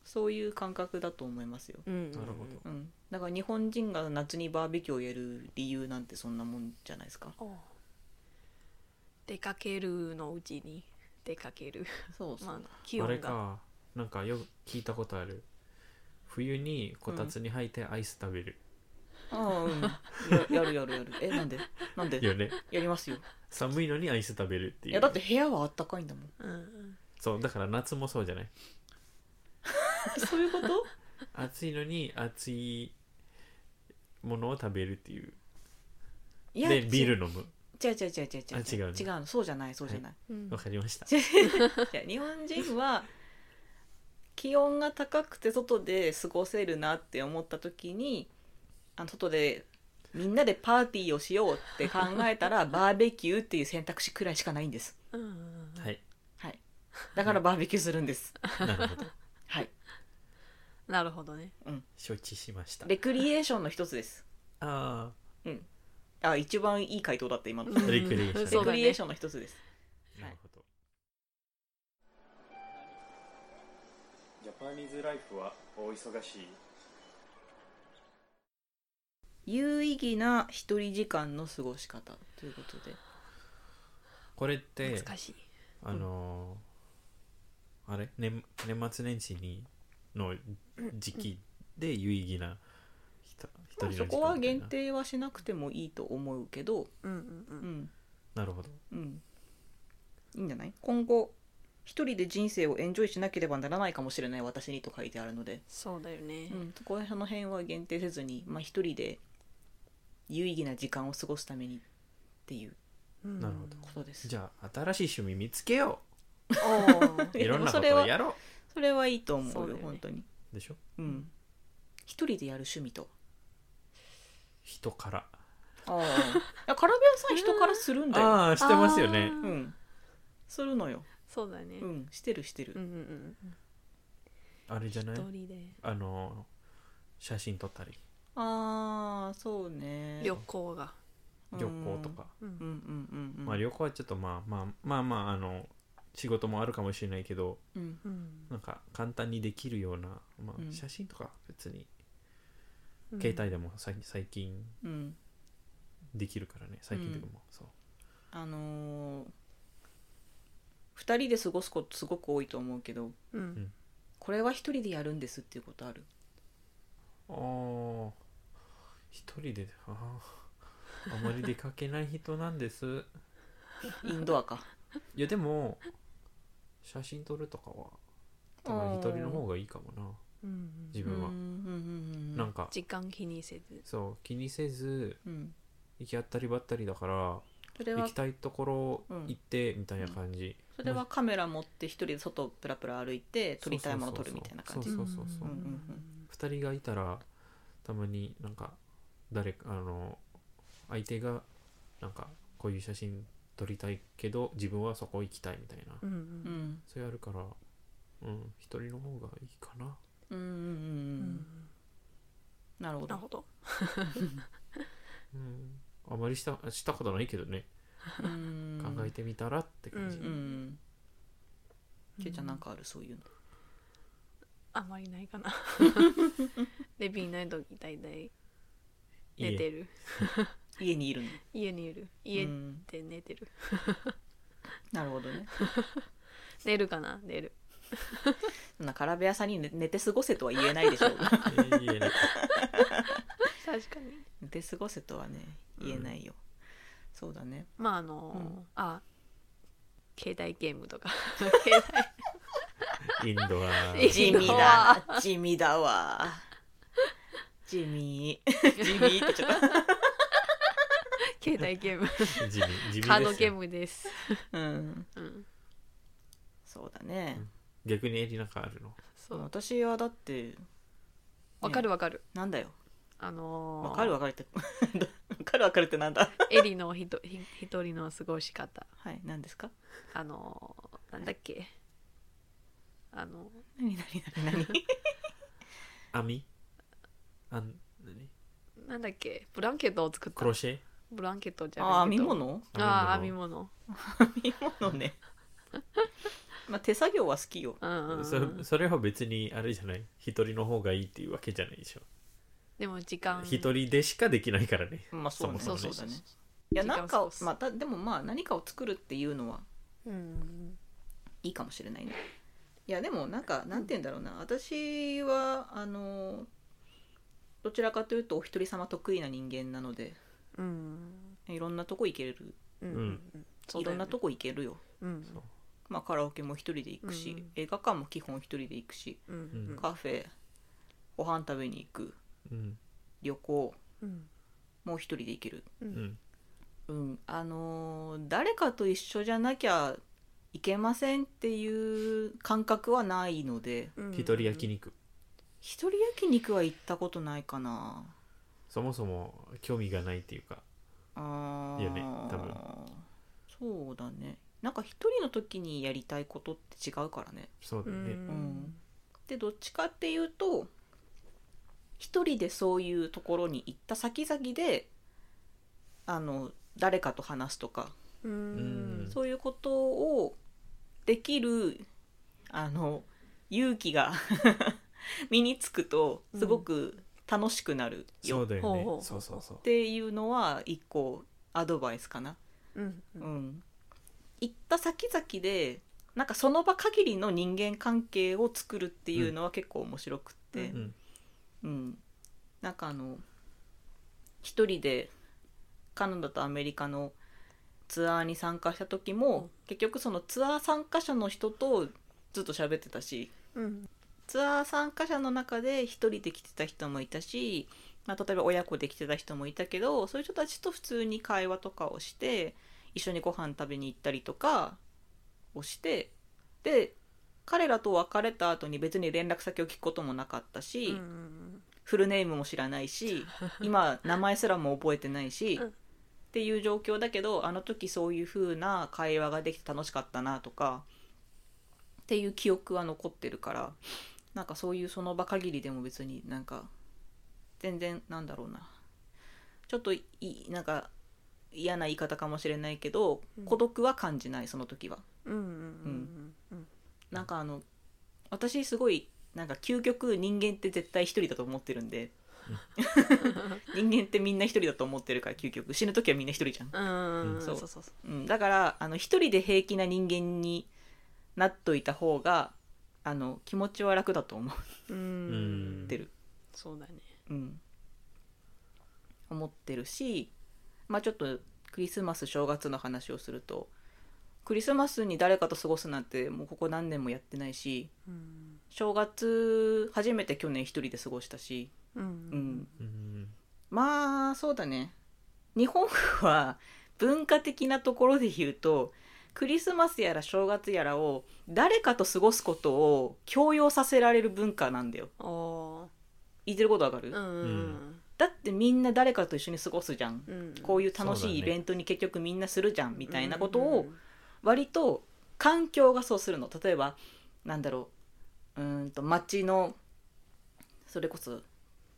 S2: そういう感覚だと思いますよ、
S4: うんうん
S3: なるほど
S2: うん、だから日本人が夏にバーベキューをやる理由なんてそんなもんじゃないですか
S4: おう出かけるのうちに出かける
S2: そうそう、
S4: まあ気
S3: あれ
S4: 温が
S3: かなんかよく聞いたことある冬にこたつに入ってアイス食べる、
S2: あうんややる [LAUGHS] やるやるえなんでなんで
S3: よね
S2: やりますよ
S3: 寒いのにアイス食べるってい
S2: いうやだって部屋はあったかいんだもん
S4: うんうん
S3: そうだから夏もそうじゃない
S2: そういうこと
S3: 暑いのに暑いものを食べるっていう
S2: い
S3: でビ
S2: ル
S3: ール飲む
S2: 違う違う違う違う違う
S3: あ違うね
S2: 違うのそうじゃないそうじゃない、
S4: うん
S3: わかりました
S2: [LAUGHS] いや日本人は気温が高くて外で過ごせるなって思った時にあの外でみんなでパーティーをしようって考えた
S3: [LAUGHS]
S2: らバーベキューっていう選択肢くらいしかないんです、
S4: うんうんうん
S3: はい
S2: はい、だからバーベキューするんです、
S3: なるほど
S2: はい、
S4: なるほどね
S3: 承知しました
S2: レクリエーションの一つです
S3: あ
S2: あ一番いい回答だった今の、
S4: う
S2: レ
S4: ん
S3: レクリエーション
S4: そう
S2: ク
S4: だ
S2: リエー
S4: ね
S2: ションの一つです
S3: あなるほど、
S1: ジャパニーズライフは大忙しい
S2: 有意義な一人時間の過ごし方ということで
S3: これって
S4: 難しい
S3: あのーあれ年年末年始にの時期で有意義なひと一
S2: まあ
S3: 人の時間
S2: そこは
S3: みたい
S2: 限
S3: な
S2: 定はしなくてもいいと思うけど、
S4: うんう
S2: う
S4: んう
S2: んん
S3: なるほど
S2: うん、いいんじゃない今後一人で人生をエンジョイしなければならないかもしれない私にと書いてあるので、
S4: そうだよね、
S2: うん、そこら辺の辺は限定せずに、まあ、一人で有意義な時間を過ごすためにっていう
S4: うん
S3: なるほど
S2: ことです
S3: じゃあ新しい趣味見つけよ
S4: お
S3: [LAUGHS]
S4: ー
S3: う
S2: え
S3: いろんなこ
S2: でもそれ
S3: とを
S2: は
S3: やろ
S2: それはいいと思う
S4: そう
S2: よ
S4: だよね
S2: 本当に
S3: うでしょ
S2: うん一人でやる趣味と
S3: 人から
S2: ああいやカラビアさん人からするんだよ
S3: ああしてますよね
S4: あ
S2: う
S4: ー
S2: んするのよ
S4: そうだね、
S2: うんしてるしてる、
S4: うんうん
S3: あれじゃ
S4: う、
S3: なんい
S4: 一人で
S3: あの写真撮ったり
S2: ああそうね
S4: 旅行が、
S2: うん
S3: 旅行とか、
S4: うん
S2: うんうんうんうん
S3: まあ旅行はちょっとまあまあまあまああの仕事もあるかもしれないけど
S2: うん
S4: うん
S3: なんか簡単にできるような、ま
S2: うん
S3: あ、写真とか別に携帯でも最最近
S2: うん
S3: できるからね最近でもそう
S2: あのー、2人で過ごすことすごく多いと思うけど
S4: うん、うん
S2: これは1人でやるんですっていうことあ
S3: [LAUGHS]
S2: る
S3: ああ一人であああまり出かけない人なんです
S2: インドアか
S3: いやでも写真撮るとかは多分一人の方がいいかもな
S4: うん
S3: 自分は
S2: うんうん
S3: なんか
S4: 時間気にせず
S3: そう気にせず
S2: うんうんうん
S3: 行き当たりばったりだから
S2: それ
S3: 行
S2: は
S3: きたいところ行ってみたいな感じ、
S2: それはカメラ持って1人で外プラプラ歩いて撮りたいもの撮るみたいな感じ
S3: そうそうそ
S2: う
S3: う
S2: んうん
S3: 2人がいたらたまになんか誰かあの相手がなんかこういう写真撮りたいけど自分はそこ行きたいみたいな、
S4: うんう
S2: うんん
S3: それあるからうん一人の方がいいかな
S2: うんうんうん
S4: うん
S2: うんなるほ
S4: なる
S2: ど
S4: ほど
S3: うんあまりしたしたことないけどね、
S2: うん
S3: 考えてみたらって感じ、
S4: う
S2: うんけいちゃんなんかあるそういう
S3: [LAUGHS]
S2: の
S4: あんまりないかなでビーナイト大体
S3: いい
S4: 寝
S3: え
S4: てる
S2: 家にいるの
S4: 家にいる家
S2: う
S4: で
S2: ん
S4: 寝てる、
S2: なるほどね
S4: 寝るかな寝る
S2: そんなカラベアさんに寝寝て過ごせとは言えないでしょうが
S3: いいえね
S4: 確かに
S2: 寝て過ごせとはね言えないよ、そうだね
S4: まああのー
S2: うん
S4: あ携帯ゲームとか携
S3: インドは
S4: [LAUGHS]
S2: 地味だな地味だわ地味地味ってちょっ
S4: 帯携帯ゲーム
S3: 地味地味
S4: カード
S3: です
S4: ゲー
S3: よ
S4: ムです、
S2: とうん
S4: うん、
S2: そうだね、
S3: 逆にエリなんかあるの
S4: そう
S2: 私はだって
S4: わかるわかる
S2: なんだよ
S4: あのー
S2: わかるわかるって [LAUGHS] わかるわかるってなんだ
S4: エリのひとひ一人の過ごし方
S2: はい何ですか
S4: あのーなんだっけあの
S2: 何何何 [LAUGHS] 何
S3: 網あん何
S4: ーなんだっけブランケットを作った
S3: クロシェ
S4: ブランケットじゃ
S2: あ
S4: ない
S2: 編
S4: け
S2: み
S4: ど
S2: 物
S4: あー編み物
S2: 編み物ねまあ手作業は好きよ
S4: うんうんうん
S3: そそれは別にあれじゃない一人の方がいいっていうわけじゃないでしょ
S4: でも時間
S3: 一人でしかできないからね
S2: まあそうね
S3: そもそ
S4: もね
S2: だねいや
S4: 時間
S2: なんか
S4: を過ごす
S2: またでもまあ何かを作るっていうのは
S4: うん
S2: いいかもしれないねいやでもなんかなんて言うんだろうな私はあのどちらかというとお一人様得意な人間なので
S4: うん
S2: いろんなとこ行けれる
S4: うん
S3: う
S4: そう
S2: い
S4: だ
S2: ろ
S4: よ
S2: ん
S4: ね
S2: なとこ行けるよ、
S4: うん
S3: そう
S2: まあ、カラオケも一人で行くし、
S4: うん
S2: 映画館も基本一人で行くし
S4: うんうん
S2: カフェご飯食べに行く
S3: うん
S2: 旅行
S4: うん
S2: もう一人で行ける
S4: う
S3: うんん
S2: うんあのー誰かと一緒じゃなきゃいけませんっていう感覚はないので
S4: うん
S3: 一人焼肉
S2: 一人焼肉は行ったことないかな
S3: そもそも興味がないっていうか
S2: あー
S3: いいよね多分
S2: そうだねなんか一人の時にやりたいことって違うからね
S3: そう
S4: う
S3: だよね、
S2: うん
S4: ん
S2: でどっちかっていうと一人でそういうところに行った先々であの誰かと話すとか
S4: うん
S2: そういうことをできるあの勇気が [LAUGHS] 身につくとすごく楽しくなる
S3: そ
S2: よ
S3: うだよ
S4: ほう
S3: ね
S4: ほう
S3: そうそうそう
S2: っていうのは一個アドバイスかな。
S4: うんう
S2: うんん、行った先々でなんかその場限りの人間関係を作るっていうのは結構面白くって、
S4: うん
S3: うん
S2: うん、なんかあの一人でカナダとアメリカのツアーに参加した時も、
S4: うん
S2: 結局そのツアー参加者の人とずっと喋ってたし
S4: うん
S2: ツアー参加者の中で一人で来てた人もいたし、まあ、例えば親子で来てた人もいたけどそういう人たちと普通に会話とかをして一緒にご飯食べに行ったりとかをしてで彼らと別れた後に別に連絡先を聞くこともなかったし、
S4: うん
S2: フルネームも知らない
S4: [LAUGHS]
S2: し今名前すらも覚えてないし、
S4: うん
S2: っていう状況だけどあの時そういう風な会話ができて楽しかったなとかっていう記憶は残ってるからなんかそういうその場限りでも別になんか全然なんだろうなちょっといいなんか嫌な言い方かもしれないけど、
S4: うん
S2: 孤独は感じないその時は。
S4: うんうんうん
S2: なんかあの私すごいなんか究極人間って絶対一人だと思ってるん [LAUGHS] で人間ってみんな一人だと思ってるから究極死ぬ時はみんな一人じゃん、
S4: うんう
S3: うんん
S4: そ
S2: そうう
S4: そうそう
S2: うん、だからあの一人で平気な人間になっといた方があの気持ちは楽だと思
S4: う
S3: うん
S4: ん
S2: ってる、
S4: そうだね
S2: うん、思ってるしまあちょっとクリスマス正月の話をするとクリスマスに誰かと過ごすなんてもうここ何年もやってないし
S4: うん
S2: 正月初めて去年一人で過ごしたし、
S4: う
S2: うんん、
S3: うん
S2: まあそうだね日本は文化的なところで言うとクリスマスやら正月やらを誰かと過ごすことを強要させられる文化なんだよ
S4: お
S2: 言ってることわかる、
S4: ーうん
S2: だってみんな誰かと一緒に過ごすじゃん、
S4: うん
S2: こういう楽
S3: そう
S2: し
S3: だ
S2: い
S3: ね
S2: イベントに結局みんなするじゃんみたいなこと
S4: う
S2: を
S4: ん
S2: 割と環境がそうするの例えばなんだろううーんと街のそれこそ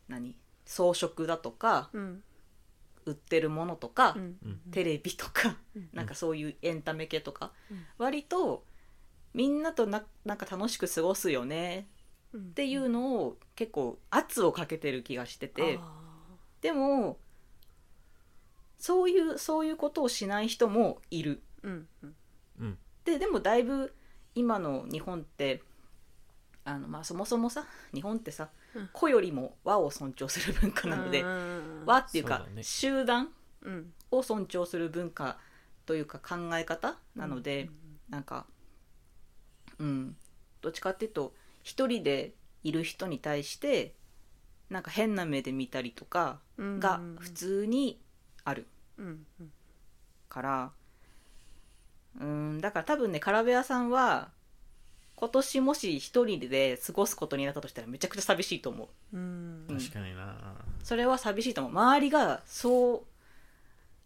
S2: 何装飾だとか
S4: うん
S2: 売ってるものとか、
S4: うん
S2: テレビとか、
S4: うん
S2: なんかそういうエンタメ系とか、
S4: うん
S2: 割とみんなとななんか楽しく過ごすよね
S4: うん
S2: っていうのを結構圧をかけてる気がしてて。
S4: あ
S2: でもそういうそういうことをしない人もいる
S4: ーうんうん
S3: うん
S2: ででもだいぶ今の日本ってあの、まあ、そもそもさ日本ってさ、
S4: うん
S2: 個よりも和を尊重する文化なので、
S4: うん
S2: 和っていうか
S3: そうだね
S2: 集団
S4: うん
S2: を尊重する文化というか考え方なので、なんかうんどっちかっていうと一人でいる人に対してなんか変な目で見たりとか
S4: うん
S2: が普通にある。
S4: うんうん
S2: からうーんだから多分ねカラベアさんは今年もし一人で過ごすことになったとしたらめちゃくちゃ寂しいと思う
S4: うん
S2: うん
S3: 確かにな
S2: それは寂しいと思う周りがそう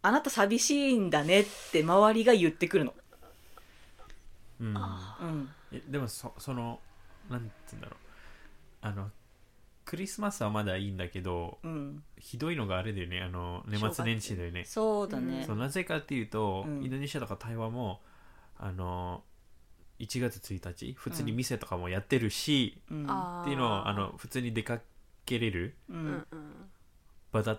S2: あなた寂しいんだねって周りが言ってくるの
S3: うん
S2: うん
S3: えでもそそのなんて言うんだろうあのクリスマスはまだいいんだけど
S2: うん
S3: ひどいのがあれだよねあの年末年始だよね
S2: そうだね
S4: ね
S3: そうなぜかっていうと、
S2: うん
S3: インドネシアとか台湾もあの1月1日普通に店とかもやってるし、
S2: うん
S4: あー
S3: っていうのをあの普通に出かけれる
S2: う
S4: うんんうん
S3: 場だ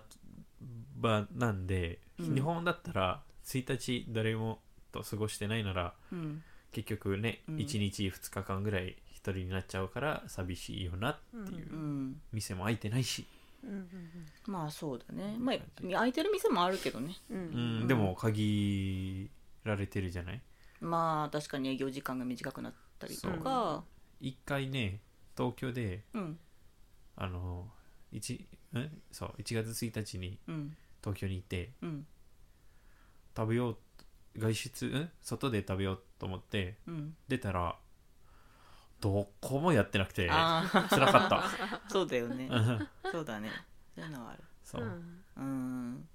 S3: 場なんで、
S2: うん
S3: 日本だったら1日誰もと過ごしてないなら
S2: うん
S3: 結局ね、
S2: うん
S3: 1日2日間ぐらい一人になっちゃうから寂しいよなっていう、
S2: うん
S3: 店も開いてないし、
S4: うんうん
S2: まあそうだねまあ空いてる店もあるけどね
S4: うん
S3: う
S4: うん
S3: ん、でも限られてるじゃない
S2: まあ確かに営業時間が短くなったりとか
S3: 一回ね東京で
S2: うん
S3: あの 1, んそう1月1日に
S2: うん
S3: 東京に行って
S2: うん
S3: 食べよう外出ん外で食べようと思って
S2: うん
S3: 出たらどこもやってなくて辛
S2: ああ
S3: かっ
S2: [LAUGHS] そうだよね
S3: たうん
S2: [LAUGHS] そうだねそういうのはある
S3: そう、
S4: うん
S2: うん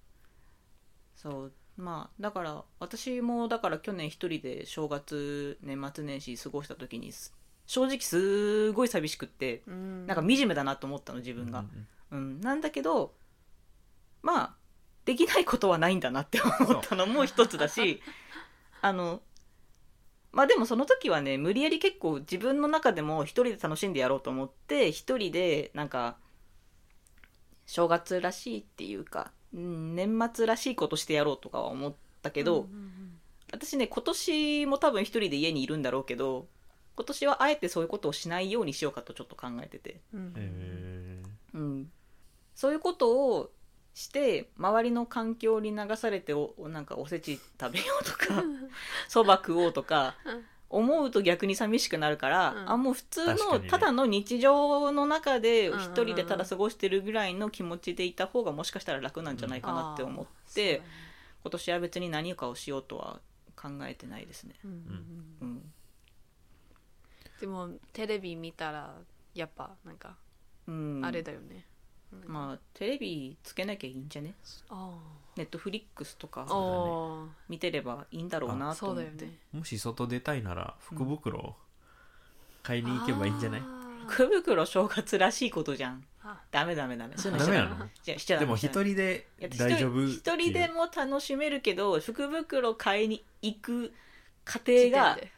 S2: そうまあだから私もだから去年一人で正月年末年始過ごした時にす正直すごい寂しくって
S4: うん
S2: なんか惨めだなと思ったの自
S3: う
S2: 分
S3: ん
S2: が、うんなんだけどまあできないことはないんだなって思ったのも一つだ
S4: [LAUGHS]
S2: しあのまあでもその時はね無理やり結構自分の中でも一人で楽しんでやろうと思って一人でなんか正月らしいっていうか、うん、年末らしいことしてやろうとかは思ったけど、
S4: うん
S2: 私ね今年も多分一人で家にいるんだろうけど今年はあえてそういうことをしないようにしようかとちょっと考えてて。
S4: うんうん
S3: え
S2: うん、そういうことをして周りの環境に流されておおなんかおせち食べようとかそば食おうとか
S4: うん
S2: 思うと逆に寂しくなるから、
S4: うん
S2: あもう普通
S3: 確か
S2: の
S3: にね
S2: ただの日常の中で
S4: うんうんうん
S2: 一人でただ過ごしてるぐらいの気持ちでいた方がもしかしたら楽なんじゃないかなって思って、
S4: あー
S2: 今年は別に何かをしようとは考えてないですね。
S4: そうだねうんうん
S2: う
S4: うん
S2: ん
S4: でもテレビ見たらやっぱなんか
S2: うん、
S4: あれだよね、
S2: まあテレビつけなきゃいいんじゃね
S4: あ
S2: ネットフリックスとか
S4: あー
S2: 見てればいいんだろうなと
S4: そう
S2: 思っ
S4: だ
S2: て
S4: よね
S3: もし外出たいなら福袋を買いに行けばいいんじゃない、
S4: あー
S2: 福袋正月らしいことじゃん
S4: あ
S2: ダメダメダメそういうの
S3: ダ
S2: しち
S3: メ
S2: ゃ
S3: な
S2: ダメ
S3: の
S2: じゃしちゃダ
S3: で
S2: メ
S3: も
S2: しちゃダ
S3: 一
S2: メ
S3: 人で
S2: いや一人
S3: 大丈夫って
S2: 一
S3: いう
S2: 人でも楽しめるけど福袋買いに行く過程が
S4: 時点で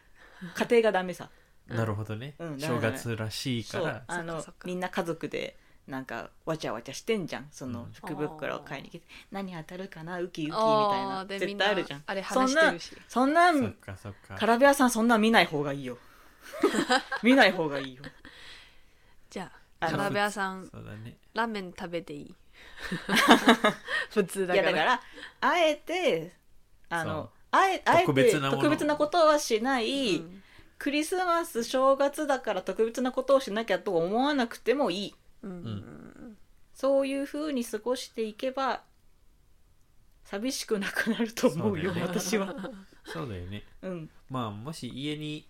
S2: 家庭がダメさ
S3: なるほどね、
S2: うん
S3: 正月らしいか
S2: そう
S3: ら
S2: あ
S4: そっ
S2: の
S4: かそっか
S2: みんな家族でなんかわちゃわちゃしてんじゃんそうの
S3: ん
S2: 福袋を買いに来て何当たるかなウキウキみたい
S4: あ
S2: な
S4: ーでみ
S2: 絶
S4: ん
S2: 対あ
S4: な
S2: るじゃん
S4: あれ
S2: そ
S4: 話
S2: ん
S4: して
S2: な
S4: るし
S2: そんな
S3: そっ
S2: ん
S3: かそっか
S2: カラベアさんそんなん見ない方がいい
S4: [LAUGHS]
S2: よ見ない方がいいよ
S4: じゃ
S2: あ
S4: あカ
S2: の
S4: ラベアさん
S3: そうだね
S4: ラーメン食べてい
S2: [LAUGHS]
S4: い普通だ
S2: い
S4: か
S2: やだ
S4: ら
S2: からあえてあ
S3: そ
S2: の
S3: う
S2: あえあえて
S3: 特別なもの
S2: 特別なことはしない、
S4: うん
S2: クリスマス正月だから特別なことをしなきゃと思わなくてもいい
S4: うんうん
S2: そういう風に過ごしていけば寂しくなくなると思うよ
S3: そうだよね
S2: 私 [LAUGHS]
S3: [LAUGHS]
S2: は。
S3: そうだよね
S2: うん
S3: まあもし家に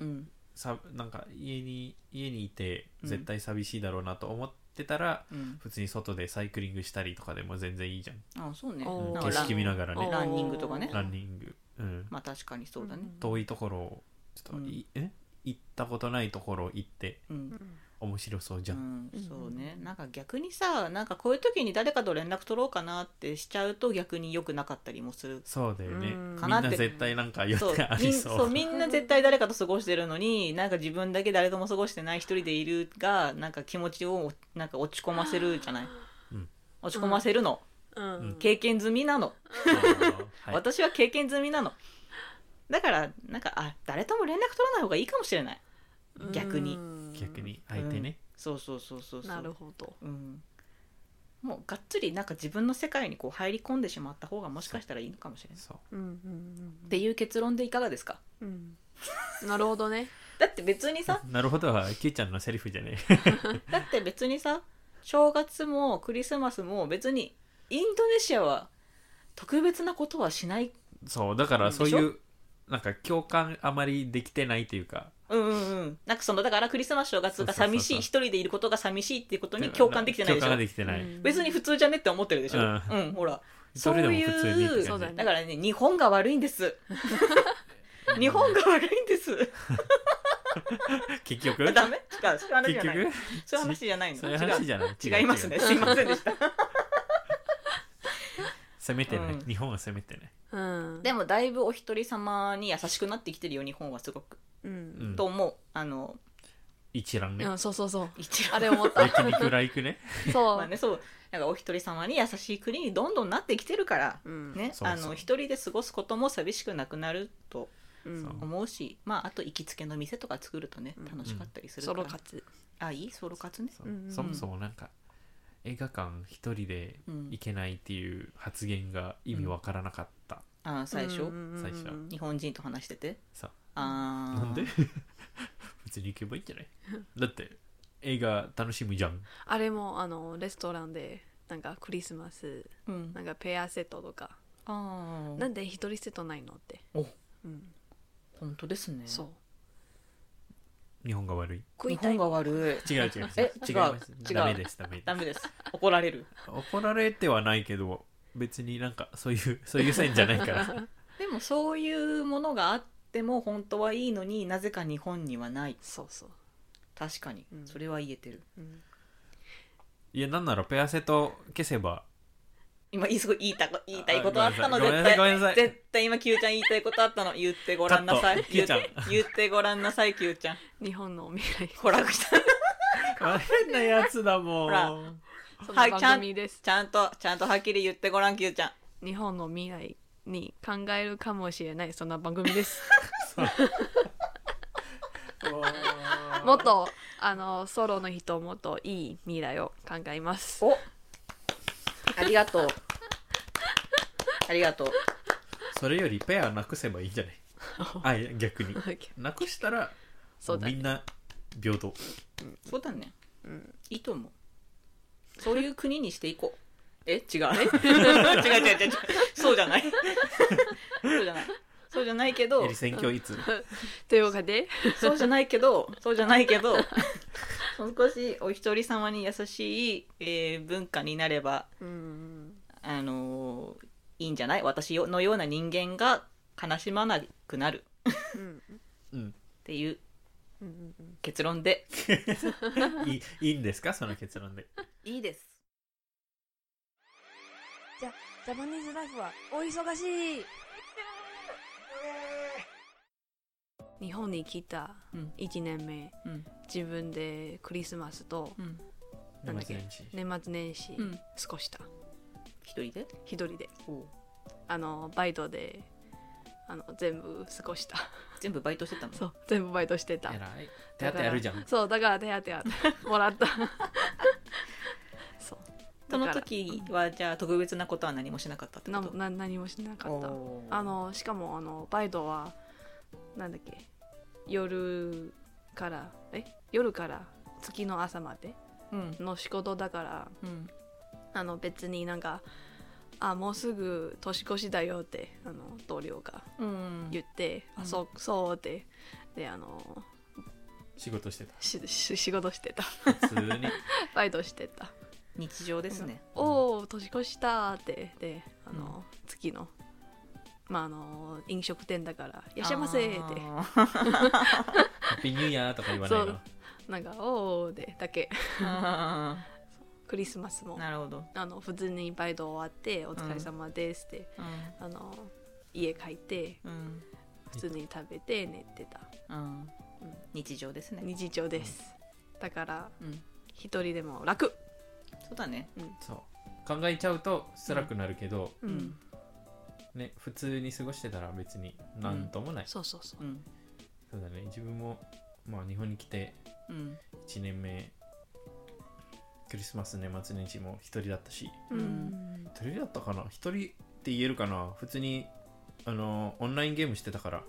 S2: うん
S3: さなんか家に家にいて
S2: うん
S3: 絶対寂しいだろうなと思ってたら、
S2: うん、
S3: 普通に外でサイクリングしたりとかでも全然いいじゃん、
S2: あそうね
S4: おー
S2: なんか
S3: 景
S2: ラ
S3: 色見
S2: ン
S3: ながらね
S4: おー
S2: ランニングとかね
S3: ランニング、うん、
S2: まあ確かにそうだね、
S3: 遠いところをちょっとい、え行ったことないところ行って
S2: うん
S3: 面白そうじゃん、
S2: うん、そうねなんか逆にさなんかこういう時に誰かと連絡取ろうかなってしちゃうと逆に良くなかったりもする
S3: そうだよね、
S4: うん
S3: みんな絶対なんか予
S2: そう
S3: 定あ
S2: み
S3: り
S2: ん
S3: そう
S2: そう
S3: [LAUGHS]
S2: みんな絶対誰かと過ごしてるのになんか自分だけ誰とも過ごしてない一人でいるがなんか気持ちをなんか落ち込ませるじゃない、
S3: うん
S2: 落ち込ませるの、
S4: うん
S3: うん
S2: 経験済みなの、
S3: あーはい
S2: 私は経験済みなのだからなんかあ誰とも連絡取らない方がいいかもしれない逆に
S4: うん
S3: 逆に相手ね、
S2: そうそうそうそうそう
S4: なるほど
S2: うん、もうがっつりなんか自分の世界にこう入り込んでしまった方がもしかしたらいいのかもしれない
S3: そう
S4: うん
S2: っていう結論でいかがですか
S4: うんうんうんなるほどね
S2: だって別にさ
S3: なるほどはキューちゃんのセリフじゃね
S2: [LAUGHS] だって別にさ正月もクリスマスも別にインドネシアは特別なことはしない
S3: えそうだからそういうなんか共感あまりできてないというか
S2: うんうんうんなんかそのだからクリスマス正月が寂しい
S3: そう
S2: 一
S3: そ
S2: 人でいることが寂しいっていうことに共感できてないでし
S3: 共感が
S2: ょ
S3: できてない、
S4: うん
S2: 別に普通じゃねって思ってるでしょ
S3: う
S2: うんん、ほら
S3: それでも普通にって感じ
S4: そうだね
S2: だからね日本が悪いん
S3: [LAUGHS]
S2: です日本が悪いんです
S3: 結局
S2: ダメ違うそういう話じ
S3: 結
S2: ゃない
S3: 局
S2: そういう話じゃないの
S3: そういう話じゃない
S2: 違う違いますねすいませんでした
S3: 攻めてない、
S2: うん
S3: 日本は攻めてない
S4: うん
S2: でもだいぶお一人様に優しくなってきてるよ日本はすごく、
S4: うん
S2: と思うあの
S3: 一覧ね
S4: うんそうそうそう
S2: 一応
S4: あれ思
S3: [LAUGHS]
S4: った
S3: 焼肉ライクね
S4: そ
S2: まあ
S4: う
S2: ねそうなんかお一人様に優しい国にどんどんなってきてるから、
S4: うん
S2: ね
S3: そうそう
S2: あの一人で過ごすことも寂しくなくなると
S4: うん
S3: そう
S2: 思うしまああと行きつけの店とか作るとね
S4: うん
S2: 楽しかったりする
S4: ソ
S2: から、
S4: ロ活
S2: あいいソロ活ね
S3: そう
S4: うんうん
S3: そもそもなんか映画館一人で行けないっていう発言が意味わからなかった、
S2: あ最初、
S3: 最初
S2: 日本人と話してて
S3: さ
S2: あー
S3: なんで [LAUGHS] 別に行けばいいんじゃないだって映画楽しむじゃん
S4: あれもあのレストランでなんかクリスマス
S2: うん
S4: なんかペアセットとか
S2: あ
S4: な
S2: あ
S4: んで一人セットないのって
S2: お
S4: うん
S2: 本当ですね
S4: そう
S3: 日本が悪い
S4: 食
S2: 日
S4: いたい
S2: 本が悪い
S3: 違う違う違う
S2: え違
S3: 違いうます
S2: 違う
S3: ダメですダメです
S2: ダメです怒られる
S3: 怒られてはないけど別になんかそういう [LAUGHS] そういう線じゃないから
S2: [LAUGHS] でもそういうものがあっても本当はいいのになぜか日本にはない
S4: そうそう
S2: 確かに、
S4: うん
S2: それは言えてる
S4: うん
S3: いやなんならペアセと消せ
S2: [LAUGHS]
S3: ば
S2: 今いいすごい言いたこ言いたいことあったの
S3: あごめん
S2: 絶対
S3: なさいごめんなさい
S2: 絶対今 Q ちゃん言いたいことあったの言ってごらんなさい
S3: カット
S2: 言っ
S3: Q ちゃん
S2: て言ってごらんなさい Q ちゃん
S4: 日本の未 [LAUGHS] 来
S2: ほら
S3: 変なやつだも
S2: ほ
S3: ん
S2: ら
S4: そ
S2: は
S4: の
S2: い
S4: 番組です
S2: ちゃんとちゃんとはっきり言ってごらん Q ちゃん
S4: 日本の未来に考えるかもしれないそんな番組です [LAUGHS] もっとあのソロの人もっといい未来を考えます
S2: おありがとう。ありがとう。
S3: それよりペアなくせばいいんじ
S2: [LAUGHS]
S3: ゃないあいや
S4: [LAUGHS]
S3: 逆になくしたら
S4: そうだね
S3: みんな平等
S2: そうだね。
S4: うん
S2: いいと思う。そういう国にしていこう。 [LAUGHS] え違う。違う違う違う違う。そうじゃない。そうじゃない。そうじゃないけど
S3: えり、選挙いつ
S4: というわけで
S2: そうじゃないけど、そうじゃないけ [LAUGHS] ど、もう少しお一人様に優しい、えー文化になれば、
S4: うん
S2: あのーいいんじゃない私のような人間が悲しまなくなる
S4: うん
S3: うん
S2: っていう
S4: うんうん
S2: 結論で
S3: [LAUGHS] いいいいんですかその結論で
S2: いいです。
S5: ジャパニーズライフはお忙しい
S4: 日本に来た
S2: うん
S4: 1年目、
S2: うん
S4: 自分でクリスマスと
S2: うん。
S4: なんだ
S3: 年
S4: っけ
S3: 末年始
S4: 年末年始
S2: うん
S4: 過ごした、
S2: 一人で
S4: 一人であのバイトであの全部過ごした
S2: 全部バイトしてたの
S4: そう全部バイトしてた
S3: 偉い手当てやるじゃん
S4: そうだから手当てあるもら
S3: [LAUGHS]
S4: ったそう
S2: その
S4: だから
S2: 時はじゃあ特別なことは何もしなかったって
S4: な
S2: こと
S4: な何もしなかった
S2: おー
S4: あのしかもあのバイトはなんだっけ夜からえ夜から月の朝まで
S2: うん
S4: の仕事だから
S2: うん
S4: あの別になんかあもうすぐ年越しだよってあの同僚が
S2: うん
S4: 言って、
S2: うん
S4: あそうそうってであの
S3: 仕事して
S4: しし仕事してた [LAUGHS]
S3: た普
S2: [LAUGHS]
S3: 通に
S4: バイトしてた
S2: 日常ですね
S4: おお年越したってであの、月のまああの飲食店だからい
S2: い
S4: らっしゃいませって
S3: ハッピーニューイヤーとか言わない
S4: そ
S3: の
S4: うなんかおおでだけクリスマス
S2: [LAUGHS]
S4: も
S2: なるほど
S4: あの普通にバイト終わってお疲れ様ですって、
S2: うん
S4: あの家帰って
S2: うん
S4: 普通に食べて寝てた
S2: うん日常ですね
S4: 日常です、だから
S2: うん
S4: 一人でも楽
S2: そうだね
S3: そう考えちゃうと辛くなるけど、
S4: う、
S2: うん
S3: ね普通に過ごしてたら別になんともない、
S4: そうそうそう
S2: うん
S3: そうだね自分もまあ日本に来て
S2: うん
S3: 1年目クリスマス年末年始も一人だったし
S2: うん
S3: 一人だったかな一人って言えるかな普通にあのオンラインゲームしてたから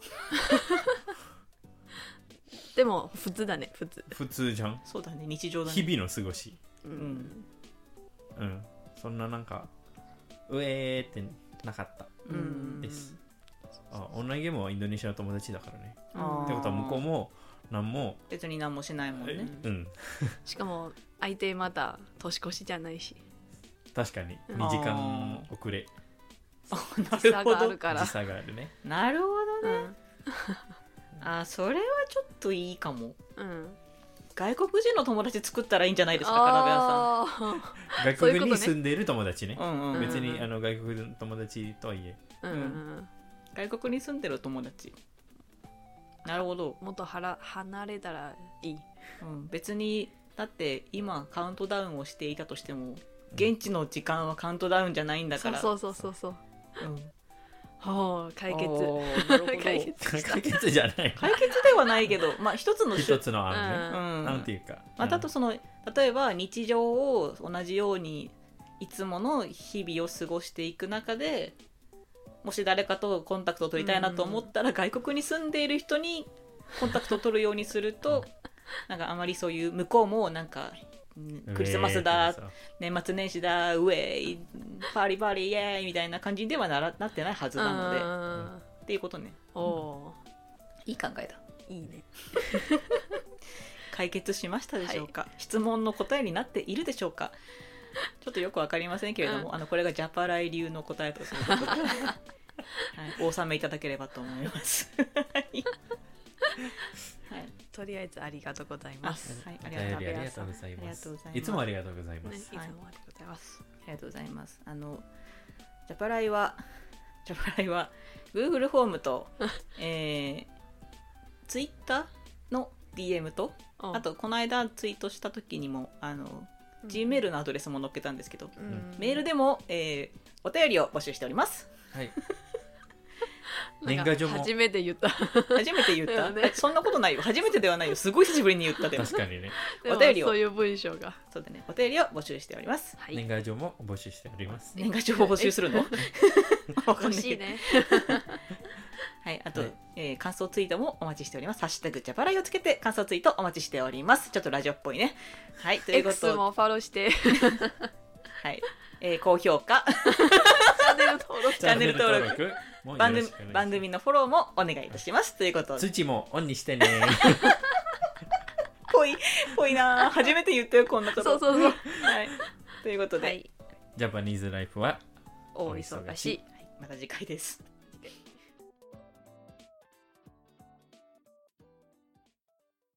S4: でも普通だね普通
S3: 普通じゃん
S2: そうだね日常だ
S3: 日
S2: ね
S3: 々の過ごし
S4: う
S2: うん
S3: うんそんななんかうえーってなかった
S2: うん
S3: ですあオンラインゲームはインドネシアの友達だからね
S2: あー
S3: ってことは向こうも何も
S2: 別に何もしないもんね
S3: うん
S4: しかも相手また年越しじゃないし
S3: 確かに
S4: うん
S3: 2時間遅れ
S2: [LAUGHS] な
S4: 時
S2: る
S4: 差
S2: ほ
S4: があ
S2: ど
S4: るから
S3: 時、差があるね
S2: [LAUGHS] なるほ
S4: う
S2: どね
S4: ん
S2: あそれはちょっといいかも
S4: うん、
S2: 外国人の友達作ったらいいんじゃないですかカナベア
S4: あー
S3: 外
S4: そういう
S3: 国
S4: ことね
S3: に住んでいる友達ね
S2: さん、うんうん、
S3: 別
S4: う
S3: に
S4: ん
S3: あの外国の友達とはいえ
S4: うんうん
S2: 外国に住んでる友達なるほど、
S4: もっとはら離れたらいい
S2: うん、別にだって今カウントダウンをしていたとしても現地の時間はカウントダウンじゃないんだ
S4: そ
S2: か
S4: う
S2: ら
S4: そううそうそうそう
S2: うん
S4: ほう解決
S2: おーなるほど
S4: [LAUGHS] 解決した
S3: 解決じゃ
S2: [LAUGHS]
S3: ない
S2: 解決ではないけどまあ一つの
S3: 一
S2: 種、
S3: つの
S2: う
S3: 案ね
S2: ん、
S3: なんていうか
S2: またあとその例えば日常を同じようにいつもの日々を過ごしていく中でもし誰かとコンタクトを取りたいなと思ったら、外国に住んでいる人にコンタクトを取るようにする [LAUGHS] となんかあまりそういう向こうもなんかうんクリスマスだ、年末年始だウェイパーリーパーリーイエーイみたいな感じではならなってないはずなので
S4: うん
S2: っていうことね
S4: お
S2: いい考えだ
S4: ーいいね
S2: 解決しましたでしょうか、質問の答えになっているでしょうかちょっとよくわかりませんけれども、あのこれがジャパライ流の答えとすることで、はい、お納めいただければと思います。はい、はい
S4: とりあえずありがとうござい
S2: あは
S4: ます、
S2: い、
S3: お
S2: ありがとう
S3: 便
S2: あ
S3: り
S2: り
S3: ありがとうござい
S2: あり
S3: ます
S2: がとうございます
S3: いつもありがとうございま
S4: ねい
S3: す
S4: つもありがとうございます、
S2: がとうございます。あのジャパライはジャパライは Google フォームと、えー、Twitter の DM と
S4: お
S2: あとこの間ツイートした時にもあの、
S4: うん
S2: Gmail のアドレスも載っけたんですけど、
S4: うん
S2: メールでも、えーお便りを募集しております。
S3: はい
S4: なんか
S3: 年賀状も
S4: 初めて言 [LAUGHS] った。
S2: 初めて言っ
S4: だ [LAUGHS]
S2: た、
S4: よね
S2: そんなことないよ初めてではないよすごい久しぶりに言ったでも
S3: 確かにね
S4: でも
S2: お便りを
S4: そういう文章が。
S2: そうだねお便りを募集しております
S4: は
S3: 年
S4: い。
S3: 賀状も募集しております
S2: 年賀状を募集する [LAUGHS] のわかんな
S4: 欲
S2: い
S4: し
S2: け
S4: い
S2: ど
S4: [LAUGHS] ね。
S2: はい、あと、
S3: はい
S2: えー感想ツイートもお待ちしております。ハッシュタグジャパライをつけて感想ツイートお待ちしております。ちょっとラジオっぽいね。はい、というこ
S4: X
S2: と
S4: もファロー [LAUGHS] して、チ
S2: はい、えー高評価、
S4: ャンネル登録。
S2: チャンネル登録
S3: もよ
S2: 番
S3: ろ
S2: 組
S3: しくお願いします
S2: 番組のフォローもお願いいたします。ということで、
S3: 通知もオンにし
S2: [LAUGHS]
S3: てね
S2: ぽい、ぽいなぁ初めて言ったよ、こんなこと。
S4: そうそうそう。
S2: はい、ということで、
S4: はい。
S3: ジャパニーズライフは
S4: 大忙しい。
S2: はいまた次回です。